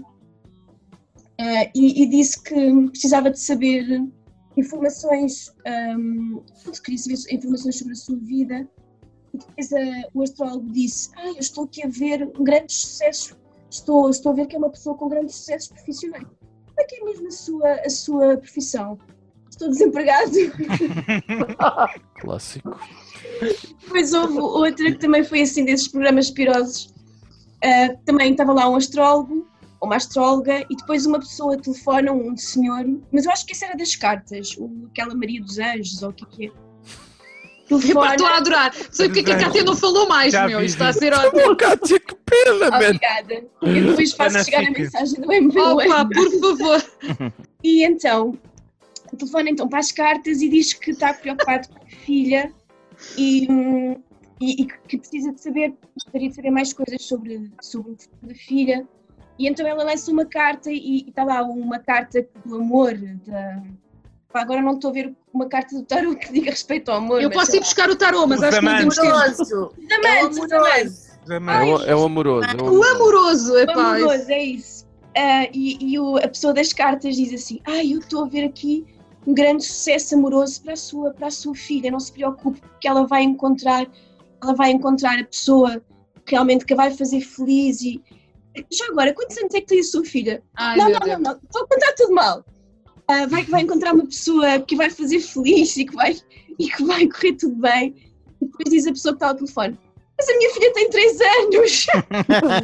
eh, e, e disse que precisava de saber informações, ahm, pronto, queria saber informações sobre a sua vida. E depois eh, o astrólogo disse: Ah, eu estou aqui a ver um grande sucesso, estou, estou a ver que é uma pessoa com grandes sucessos profissionais. Como é que é mesmo a sua, a sua profissão? Estou desempregado. Clássico. Depois houve outra que também foi assim, desses programas pirosos. Ah, também estava lá um astrólogo, ou uma astróloga, e depois uma pessoa telefona, um senhor, mas eu acho que esse era das cartas, o- aquela Maria dos Anjos, ou o que é que é. Epá, estou a adorar. Não sei porque é que a Cátia não falou mais, Já meu. vi. Isto está a ser ótimo. Oh, Cátia, que pena, man. Obrigada. Eu depois faço Ana chegar a Fica. mensagem do MBU. Opa, por favor. E então, telefona então para as cartas e diz que está preocupado com a filha e, hum, e- e que que precisa de saber, gostaria de saber mais coisas sobre, sobre o futuro da filha. E então ela lança uma carta e e está lá uma carta do amor, da... Pá, agora não estou a ver uma carta do tarot que diga respeito ao amor. Eu mas posso sei ir lá. buscar o tarô, mas Os acho que não temos amoroso. tempo. Os amantes, os amantes. É o, é o amoroso. é o O amoroso, O epá. amoroso, é isso. Ah, e e o- a pessoa das cartas diz assim: Ah, eu estou a ver aqui um grande sucesso amoroso para a sua, para a sua filha, não se preocupe, porque ela vai encontrar, ela vai encontrar a pessoa que realmente que a vai fazer feliz e já agora, quantos anos é que tem a sua filha? Ai, não, meu não, Deus. não, não, estou a contar tudo mal. Ah, vai que vai encontrar uma pessoa que vai fazer feliz e que vai, e que vai correr tudo bem. E depois diz a pessoa que está ao telefone: Mas a minha filha tem 3 anos!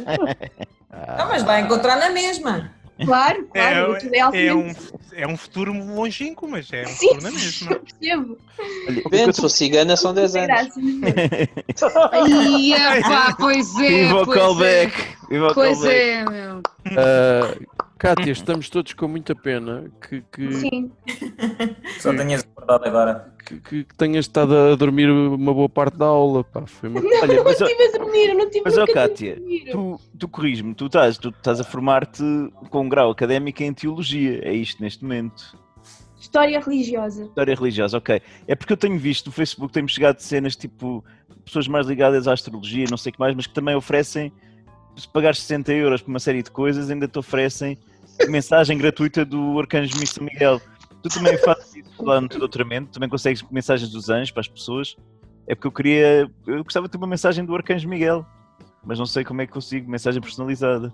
Não, Então, mas vai encontrar na mesma. Claro, É, claro, aquilo é, altamente é um, é um futuro longínquo, mas é um Sim. futuro na mesma. percebo. Depende, se for cigana são 10 Tem anos. graça, não é? Ai, epá, pois é. Viva o pois é. callback, viva o Pois callback. é, meu. Ah, Cátia, estamos todos com muita pena que, que, Sim. Só tenhas acordado agora. que- que- que tenhas estado a dormir uma boa parte da aula. Pá, foi uma... Não, eu não estive a dormir, eu não tive Mas, ó nunca tive a Cátia, dormir. tu, tu corriges-me, tu estás, tu estás a formar-te com um grau académico em teologia, é isto neste momento. História religiosa. História religiosa, ok. É porque eu tenho visto no Facebook, tem-me chegado cenas tipo pessoas mais ligadas à astrologia, não sei o que mais, mas que também oferecem, se pagares 60 euros por uma série de coisas, ainda te oferecem mensagem gratuita do Arcanjo Missa Miguel. Tu também fazes isso lá no teu doutoramento, também consegues mensagens dos anjos para as pessoas. É porque eu queria, eu gostava de ter uma mensagem do Arcanjo Miguel, mas não sei como é que consigo mensagem personalizada.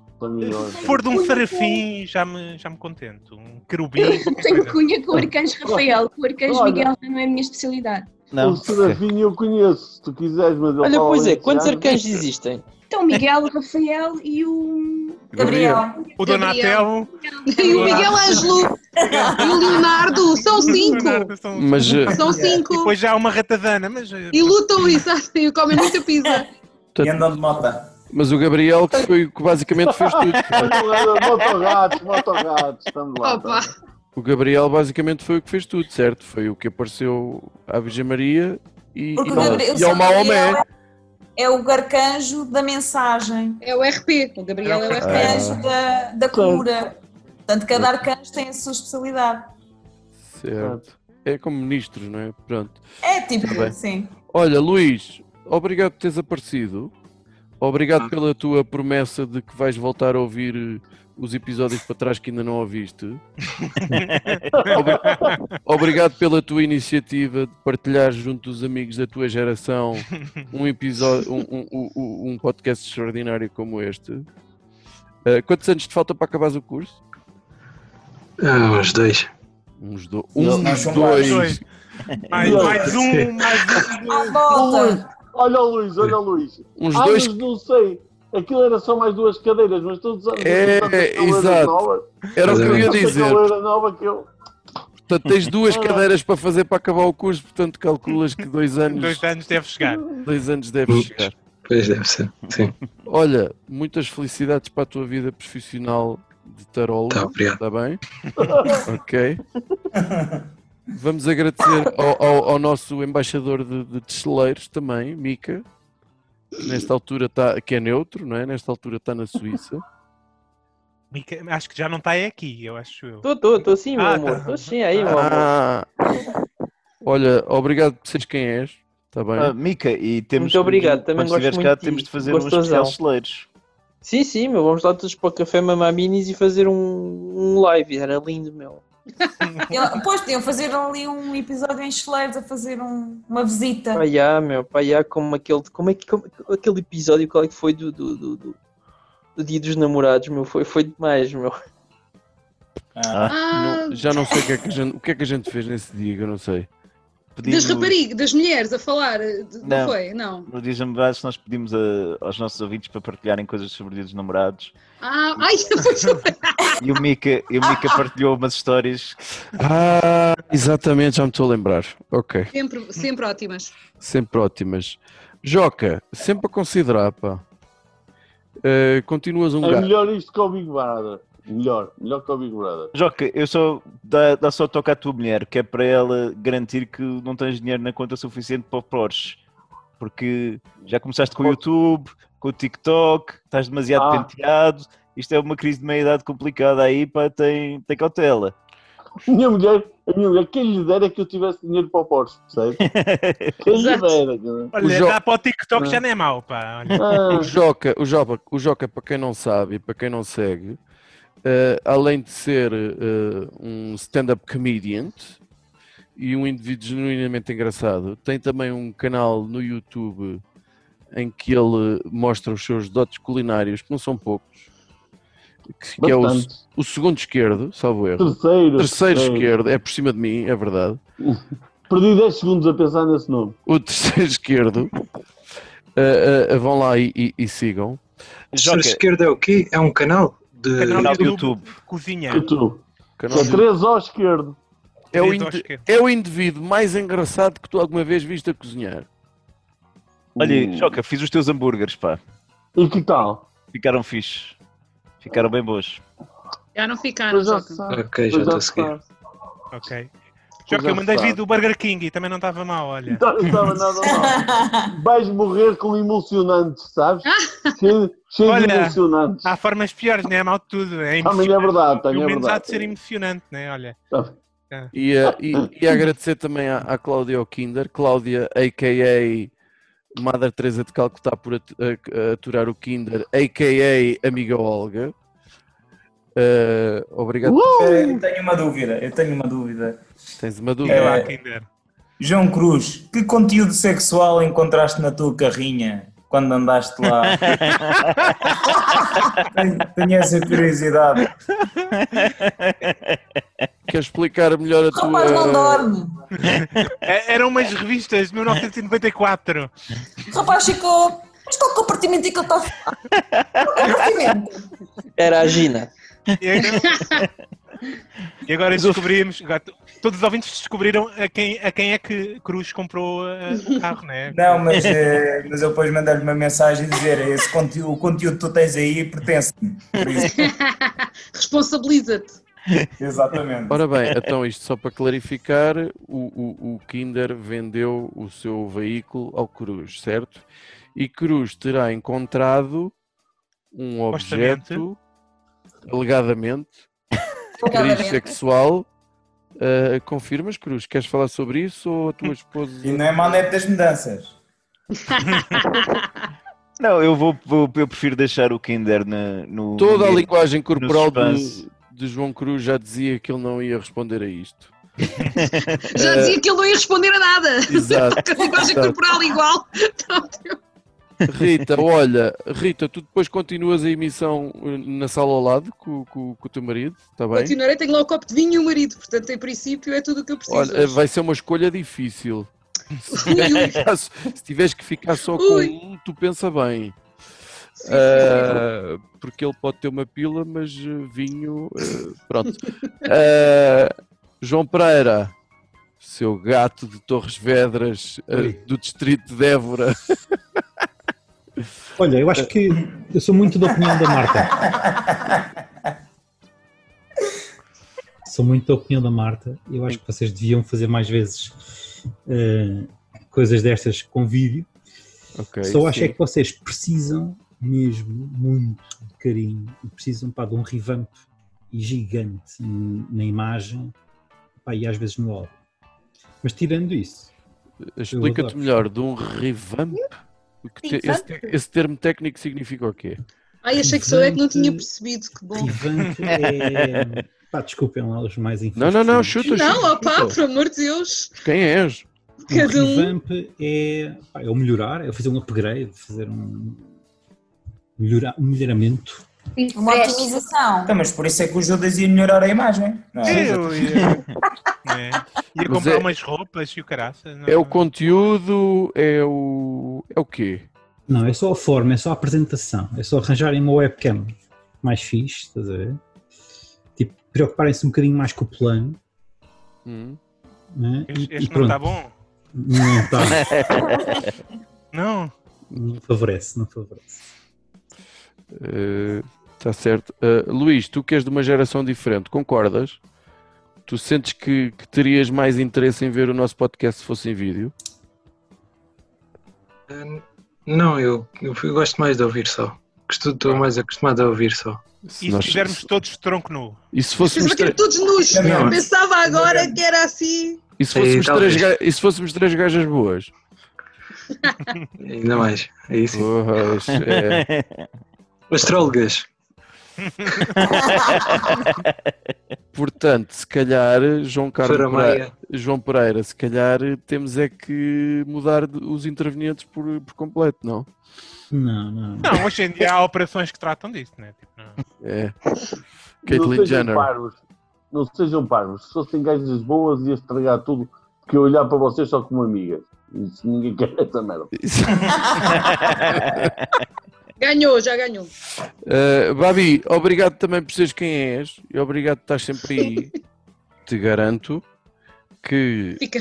Se for de um serafim, já me, já me contento. tipo, Um querubim. qualquer Tenho é. coisa. cunha com o arcanjo Rafael, com o arcanjo Olha. Miguel não é a minha especialidade. O Serafim eu conheço, se tu quiseres, mas ele Olha, fala pois é, valenciano. quantos arcanjos existem? Então, Miguel, Rafael e o. Gabriel. O Donatello. E o Miguel Ângelo. E o Leonardo. São cinco. Mas, eh, São cinco. E depois já há uma ratazana, mas. eh, E lutam, exato. E comem muita pizza. E andam de moto. Mas o Gabriel que foi o que basicamente fez tudo. Motorratos, motorratos, estamos lá. Opa. estamos lá. O Gabriel basicamente foi o que fez tudo, certo? Foi o que apareceu à Virgem Maria e, Porque e- é? o Gabriel, e um ao São Gabriel Maomé. é, é o arcanjo da mensagem. É o RP. O Gabriel é o Ah. arcanjo da, da Claro. cura. Portanto, cada arcanjo tem a sua especialidade. Certo. É como ministros, não é? Pronto. É tipo, Tá bem. sim. Olha, Luís, obrigado por teres aparecido. Obrigado pela tua promessa de que vais voltar a ouvir eh, os episódios para trás que ainda não ouviste. Obri- obrigado pela tua iniciativa de partilhar junto dos amigos da tua geração um episódio, um, um- um- um podcast extraordinário como este. Eh, quantos anos te falta para acabares o curso? Ah, uns dois. Uns do... Não, Uns são dois. dois. Mais- mais um, mais um. À volta. Olha o Luís, olha o Luís. Uns ah, dois- mas não sei. Aquilo era só mais duas cadeiras, mas todos os anos. É, todas as cadeiras exato. novas. Era o que eu ia Tanta dizer. caloeira nova que eu. Portanto, tens duas cadeiras para fazer para acabar o curso, portanto, calculas que dois anos. Dois anos deve chegar. Dois anos deve chegar. Pois deve ser, sim. Olha, muitas felicidades para a tua vida profissional de tarólogo. Tá, obrigado. Está bem? ok. Vamos agradecer ao, ao- ao nosso embaixador de, de Tesseleiros também, Mica, que nesta altura está, que é neutro, não é? Nesta altura está na Suíça. Mica- Acho que já não está é aqui, eu acho. eu. Tô, tô, tô sim, meu Ah, amor. tá. Tô sim aí, meu amor. Ah. Olha, obrigado por seres quem és. Está bem? Ah, Mica, e temos. muito obrigado, também quando gosto estiveres muito cá, de ti. temos de fazer Gosto uns especial razão. celeiros. Sim, sim, meu. Vamos lá todos para o Café Mamaminis e fazer um, um live. Era lindo, meu. Eu- Pois, deviam fazer ali um episódio em Cheleiros a fazer um- uma Tá. visita. Paiá, meu. Paiá, como aquele, como é que, como- aquele episódio, qual é que foi do, do, do, do- do Dia dos Namorados, meu? Foi, foi demais, meu. Ah, não- já não sei o que, é que a gente, o que é que a gente fez nesse dia, que eu não sei. Das raparigas, das mulheres a falar, eh, de- não, Não. foi? Não. No Dia dos Namorados, nós pedimos a- aos nossos ouvintes para partilharem coisas sobre o Dia dos Namorados. Ah, ai, pois foi. E o Mica, e o Mica partilhou umas histórias. Ah, exatamente, já me estou a lembrar. Ok, sempre, sempre ótimas. sempre ótimas. Joca, sempre a considerar, pá. Eh, continuas um É gajo. melhor isto que o Big Brother. Melhor, melhor que o Big Brother. Joca, eu só dá, dá só toca à tua mulher, que é para ela garantir que não tens dinheiro na conta suficiente para o Porsche. Porque já começaste com o YouTube, com o TikTok, estás demasiado Ah. penteado. Isto é uma crise de meia-idade complicada aí, pá, tem, tem cautela. Minha mulher, a minha mulher, quem lhe dera que eu tivesse dinheiro para o Porsche, percebe? quem lhe Exato. dera. cara. Olha, Jo- dá para o TikTok já não é mau, pá. olha. Ah, O Joca, o, Joca, o Joca, para quem não sabe e para quem não segue, eh, além de ser eh, um stand-up comedian e um indivíduo genuinamente engraçado, tem também um canal no YouTube em que ele mostra os seus dotes culinários, que não são poucos, que, que é o, Bastante. o segundo esquerdo, salvo erro. Terceiro. Terceiro Terceiro. esquerdo, é por cima de mim, é verdade Perdi 10 segundos a pensar nesse nome. o terceiro esquerdo. Uh, uh, uh, vão lá e, e- e sigam. Sua esquerda é o quê? É um canal de Canal de YouTube. Cozinha. YouTube. Canal É de- três ao esquerdo. É o, Três ao indi- esquerdo. é o indivíduo mais engraçado que tu alguma vez viste a cozinhar. Olha, Hum. Joca, fiz os teus hambúrgueres, pá. E que tal? Ficaram fixes. Ficaram bem bons. Já não ficaram, só que- Ok, tá já estou a seguir. Ok. Já Já que eu mandei sabe. vir do Burger King e também não estava mal, olha. Não estava nada mal. Vais morrer com emulsionantes, sabes? Cheio, cheio de Olha, emulsionantes. há formas piores, né? não é mal de tudo. É Também é emocionante. verdade, também Pelo é menos há verdade. Tá. de ser emocionante, né? Olha. Ah. E, uh, e- e agradecer também à, à Cláudia Okinder, Cláudia, a.k.a. Madre Teresa de Calcutá por at- a- a- eh, aturar o Kinder, a.k.a. Amiga Olga. Uh, obrigado. Eh, Eu tenho uma dúvida, eu tenho uma dúvida. É, Tens uma Diga dúvida? lá, Kinder. João Cruz, que conteúdo sexual encontraste na tua carrinha quando andaste lá? tenho, tenho essa curiosidade. Queres explicar melhor a tua... Rapaz, não dorme. É- Eram umas revistas de 1994. O rapaz ficou. Mas qual compartimento é que ele está a falar? Qual compartimento? Era a Gina. E agora, e agora descobrimos. agora to- todos os ouvintes descobriram a quem, a quem é que Cruz comprou eh, o carro, né? Não, mas, eh, mas eu depois mandei-lhe uma mensagem e dizer: esse conteúdo, o conteúdo que tu tens aí pertence-me. Responsabiliza-te. Exatamente. Ora bem, então isto só para clarificar, o, o, o Kinder vendeu o seu veículo ao Cruz, certo? E Cruz terá encontrado um Supostamente. objeto, alegadamente, de Alegadamente. cariz sexual. Ah, confirmas, Cruz? Queres falar sobre isso ou a tua esposa... E não é manete das mudanças. Não, eu vou, vou- eu prefiro deixar o Kinder na- no. Toda a no- linguagem no corporal suspense. de, de João Cruz já dizia que ele não ia responder a isto. Ah, Já dizia que ele não ia responder a nada. Exato, Com a linguagem exato. corporal igual. Rita, olha, Rita, tu depois continuas a emissão eh, na sala ao lado com, com- com o teu marido, está bem? Continuarei, tenho lá o copo de vinho e o marido, portanto, em princípio, é tudo o que eu preciso. Olha, eh, hoje. vai ser uma escolha difícil. Se Ui, tiveres, ui. que ficar- se tiveres que ficar só com Ui. um, tu pensa bem. sim, Ah, porque ele pode ter uma pila, mas eh, vinho, eh, pronto. Ah, João Pereira, seu gato de Torres Vedras, eh, Ui. do distrito de Évora. Olha, eu acho que eu sou muito da opinião da Marta. Sou muito da opinião da Marta. Eu acho que vocês deviam fazer mais vezes eh, coisas destas com vídeo. Ok, Só acho sim. é que vocês precisam mesmo muito de carinho e precisam pá, de um revamp gigante n- na imagem pá, e às vezes no áudio. Mas tirando isso, Explica-te adoro. melhor, de um revamp. O que te- esse, te- Revamp? esse termo técnico significa o quê? Ai, achei que só eu é que não tinha percebido, que bom. Revamp é. pá, desculpem lá os mais infantis. Não, não, não, chuta, chuta. Não, opá, chuta. por amor de Deus. Quem és? O Cada um. revamp é, pá, é o melhorar, é fazer um upgrade, fazer um, melhorar, um melhoramento. Uma otimização. Então, mas por isso é que o Judas ia melhorar a imagem. Não é? Eu ia, é. ia Mas comprar é- umas roupas e o caraças. não- É o conteúdo, é o. É o quê? Não, é só a forma, é só a apresentação, é só arranjarem uma webcam mais fixe, estás a ver? Tipo, preocuparem-se um bocadinho mais com o plano. Hum. Né? E- Este e não está pronto. bom? Não está. Não. Não favorece, não favorece. Está certo. Eh, Luís, tu que és de uma geração diferente, concordas? Tu sentes que, que terias mais interesse em ver o nosso podcast se fosse em vídeo? Eh, Não, eu, eu fui- gosto mais de ouvir só. Estou estou mais acostumado a ouvir só. E se estivermos todos tronco nu? E se fôssemos, Pensava um que era tre- todos nus. Não. Pensava agora que era assim. e se fôssemos Sim, talvez. três, ga- e se fôssemos três gajas boas? Ainda mais. É isso. Pois, é. Astrólogas. Portanto, se calhar, João Carlos Doutora Pereira, Maria. João Pereira, se calhar temos é que mudar de- os intervenientes por, por completo, não? Não, não. Não, hoje em dia há operações que tratam disso, né? Tipo, não. É. não Caitlyn sejam Jenner. Parvos. Não sejam parvos. Se fossem gajas boas, ia estragar tudo. Porque eu olhar para vocês só como amigas. Isso ninguém quer essa merda. Ganhou, já ganhou. Uh, Babi, obrigado também por seres quem és e obrigado por estar sempre aí. Te garanto que Fica.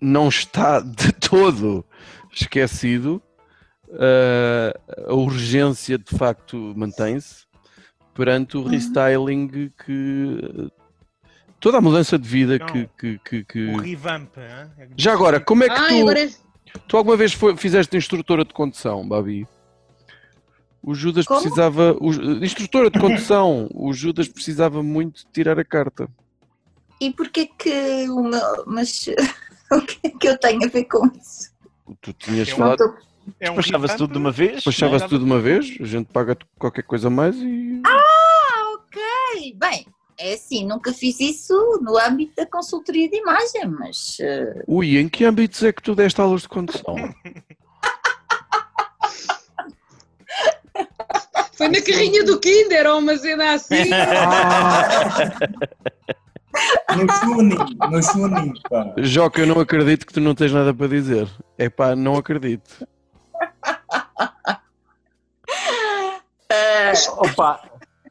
não está de todo esquecido. Uh, a urgência de facto mantém-se perante o restyling que toda a mudança de vida que, que, que- que- O revamp. né? hã? Já agora, como é que Ai, tu. agora é- Tu alguma vez foi- fizeste instrutora de condução, Babi? O Judas Como? precisava. o Ju- instrutora de condução, o Judas precisava muito de tirar a carta. E porquê que o meu. Mas o que é que eu tenho a ver com isso? Tu tinhas É um- falado. é um Despachava-se tudo de uma vez? Despachava-se Não é? tudo de uma vez, a gente paga qualquer coisa a mais e. Ah, ok! Bem, é assim, nunca fiz isso no âmbito da consultoria de imagem, mas. eh, Ui, em que âmbitos é que tu deste aulas de condução? Foi na carrinha do Kinder, ou mas ainda assim. No Chunin, no Chunin, pá. Joca, eu não acredito que tu não tens nada para dizer. É pá, não acredito. Opa,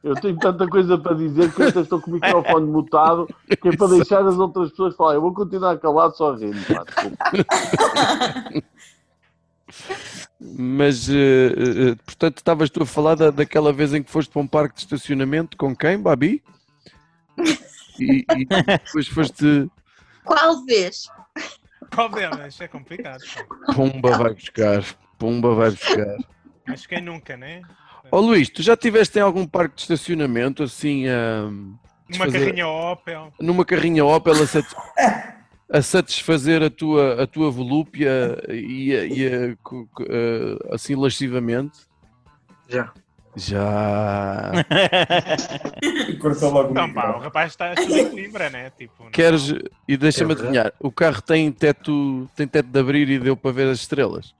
eu tenho tanta coisa para dizer que eu até estou com o microfone mutado que é para deixar as outras pessoas falar. Eu vou continuar calado só rindo. pá, desculpa. Mas, eh, eh, portanto, estavas tu a falar da- daquela vez em que foste para um parque de estacionamento com quem, Babi? E, e depois foste. Qual vez? Qual delas? É complicado. Pumba vai buscar. Pumba vai buscar. Mas quem nunca, né? Ó Luís, tu já estiveste em algum parque de estacionamento assim a. Numa desfazer- carrinha Opel. Numa carrinha Opel a, satis- a satisfazer a tua, a tua volúpia e, a- e a co- co- eh, assim lascivamente? Já. Já. Cortou logo o Então, pá, o micro. rapaz está a estudar em Coimbra, né? Tipo, não- Queres. E deixa-me É verdade. adivinhar, o carro tem teto, tem teto de abrir e deu para ver as estrelas.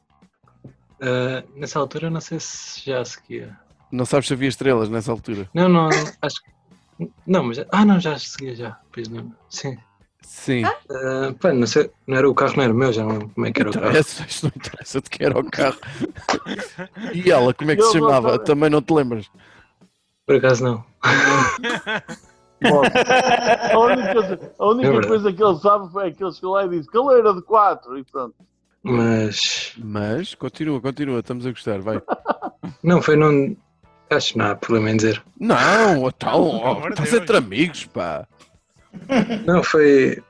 Ah, nessa altura não sei se já seguia. Não sabes se havia estrelas nessa altura? Não, não, acho que. Não, mas. Ah, não, já seguia já. Pois não. Sim. Sim. Ah, pá, não sei, não era o carro, não era o meu, já não lembro como é que era o carro. Interessa, isto não interessa de que era o carro. E ela, como é que se chamava? Também não te lembras? Por acaso não. A única, a única É verdade. coisa que ele sabe foi que ele chegou lá e disse caleira de 4 e pronto. Mas. Mas, continua, continua, estamos a gostar, vai. Não, foi num. Acho que não há problema em dizer. Não, então, Pelo ó, amor de estás Deus. entre amigos, pá. Não, foi,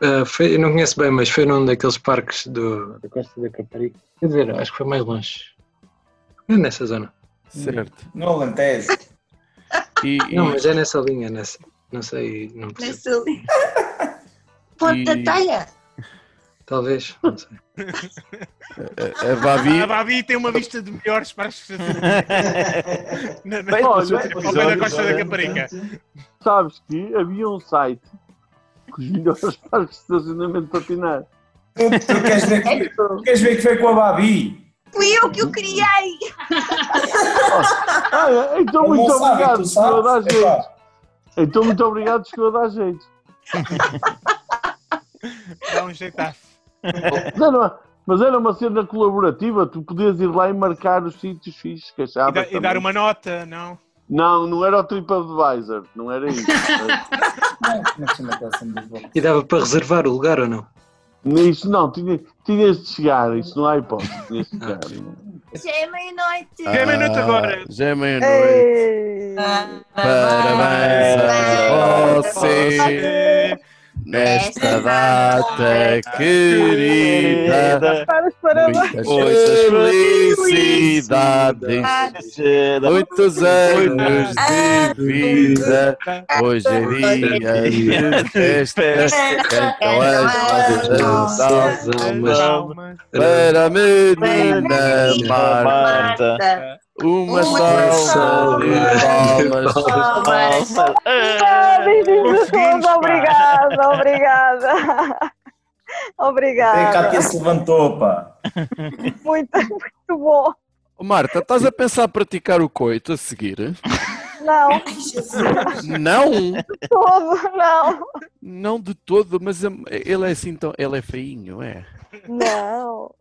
ah, foi. Eu não conheço bem, mas foi num daqueles parques do, da Costa da Caparica. Quer dizer, acho que foi mais longe. É nessa zona. Certo. No Alentejo. Não, mas é nessa linha, nessa. Não sei, não Nessa percebo. linha. Ponta E- Teia. Talvez. A Babi. Ah, A Babi tem uma vista de melhores para as pessoas. Na- na- Bem, ao olha, pé da Costa da olha, Caparica. Sabes que havia um site com os melhores parques de estacionamento para patinar. Tu, tu queres ver que, tu queres ver que foi com a Babi? Fui eu Uhum. que o criei. Ah, então, Ele não muito sabe, obrigado, tu sabes, chegou a é dar pá. jeito. Então, muito obrigado, chegou a dar jeito. Dá um jeitaço. Mas era, uma, mas era uma cena colaborativa, tu podias ir lá e marcar os sítios fixos que E, achavas. dar- e dar também. uma nota, não? Não, não era o TripAdvisor, não era isso. é E dava para reservar o lugar ou não? Não, Isso não, tinha- tinhas de chegar, isso não há hipótese. Tinhas de chegar. Ah. Já é meia-noite. Já é meia-noite agora. Já é Ah. meia-noite. Parabéns a você nesta data querida. Para os Muitas felicidades. Muitos anos de vida. Hoje é dia de festa. Então as nossas almas. Para a menina Marta. Uma salva de palmas. Ah, É. Obrigada, obrigada. A Cátia Obrigada. se levantou, pá. Muito, muito bom. Marta, estás a pensar praticar o coito a seguir? Não. Não, Todo, não. não de todo, mas é- ele é assim tão. Ele é feinho, é? Não.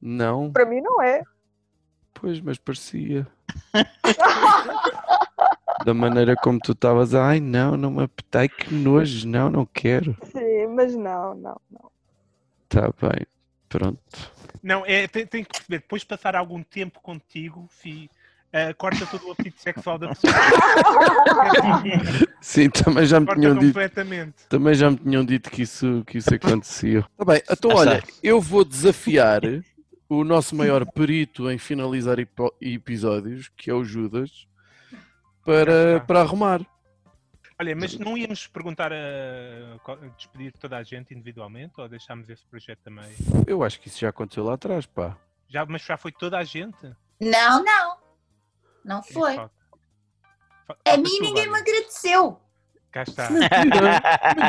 Não, Para mim não é. pois, mas parecia. Da maneira como tu estavas, ai não, não me apetei, que nojo, não, não quero. Sim, mas não, não, não. Tá bem, pronto. Não, é, tem, tem que perceber. Depois de passar algum tempo contigo, fi, ah, corta todo o apetite sexual da pessoa. Sim, também já me Corta tinham dito. completamente. Também já me tinham dito que isso, que isso acontecia. Tá bem, então Ah, olha, está. eu vou desafiar o nosso maior perito em finalizar epo- episódios, que é o Judas, para, para arrumar. Olha, mas não íamos perguntar a, co- despedir toda a gente individualmente ou deixámos esse projeto também? Eu acho que isso já aconteceu lá atrás, pá. Já, mas já foi toda a gente? Não, não. Não foi. A mim ninguém me agradeceu. Cá está. Mentira,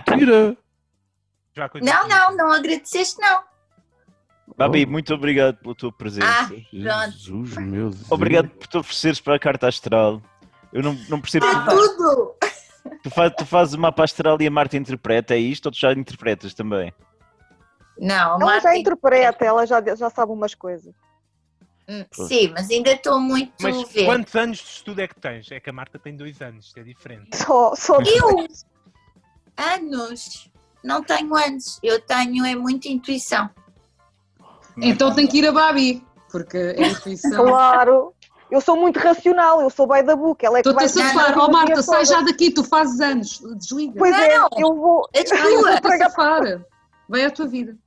mentira. Já aconteceu. Não, não, não agradeceste, não. Babi, muito obrigado pela tua Ah, presença. Pronto. Jesus, meu Deus. Obrigado por te ofereceres para a carta astral. Eu não, não percebo. Ah, Tudo. Tu, faz, tu fazes o mapa astral e a Marta interpreta, é isto? Ou tu já interpretas também? Não, ela já interpreta, ela já, já sabe umas coisas. Hum, Sim, mas ainda estou muito Mas verde. quantos anos de estudo é que tens? É que a Marta tem dois anos, isto é diferente. Só, só Eu? Anos. Não tenho anos. Eu tenho é muita intuição. Então tem que ir a Babi, porque é intuição. Claro. Eu sou muito racional, eu sou by the book. Ela é que Estou-te vai a safar. Ó Marta, sai já daqui, tu fazes anos. Desliga. Pois é, Não, eu vou. És eu vou tua, estou a pregar- safar. Vai à tua vida.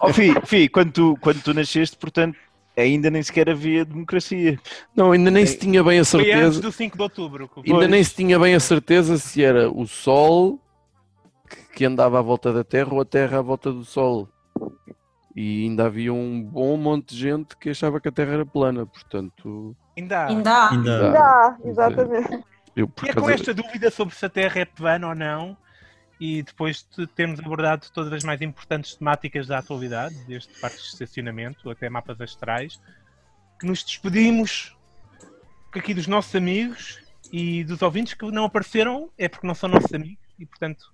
Oh, fi, fi, quando, tu, quando tu nasceste, portanto, ainda nem sequer havia democracia. Não, ainda nem É, se tinha bem a Foi antes certeza. do 5 de outubro. Ainda nem se tinha bem a certeza se era o Sol que- que andava à volta da Terra ou a Terra à volta do Sol. E ainda havia um bom monte de gente que achava que a Terra era plana, portanto. Ainda há. Ainda há. Dá, exatamente. Eu, por E é com causa- esta dúvida sobre se a Terra é plana ou não, e depois de termos abordado todas as mais importantes temáticas da atualidade, desde partes de estacionamento até mapas astrais, que nos despedimos aqui dos nossos amigos e dos ouvintes que não apareceram, é porque não são nossos amigos, e portanto,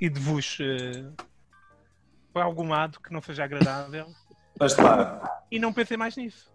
e de vos eh, para algum lado que não seja agradável. Bastardo. E não pensem mais nisso.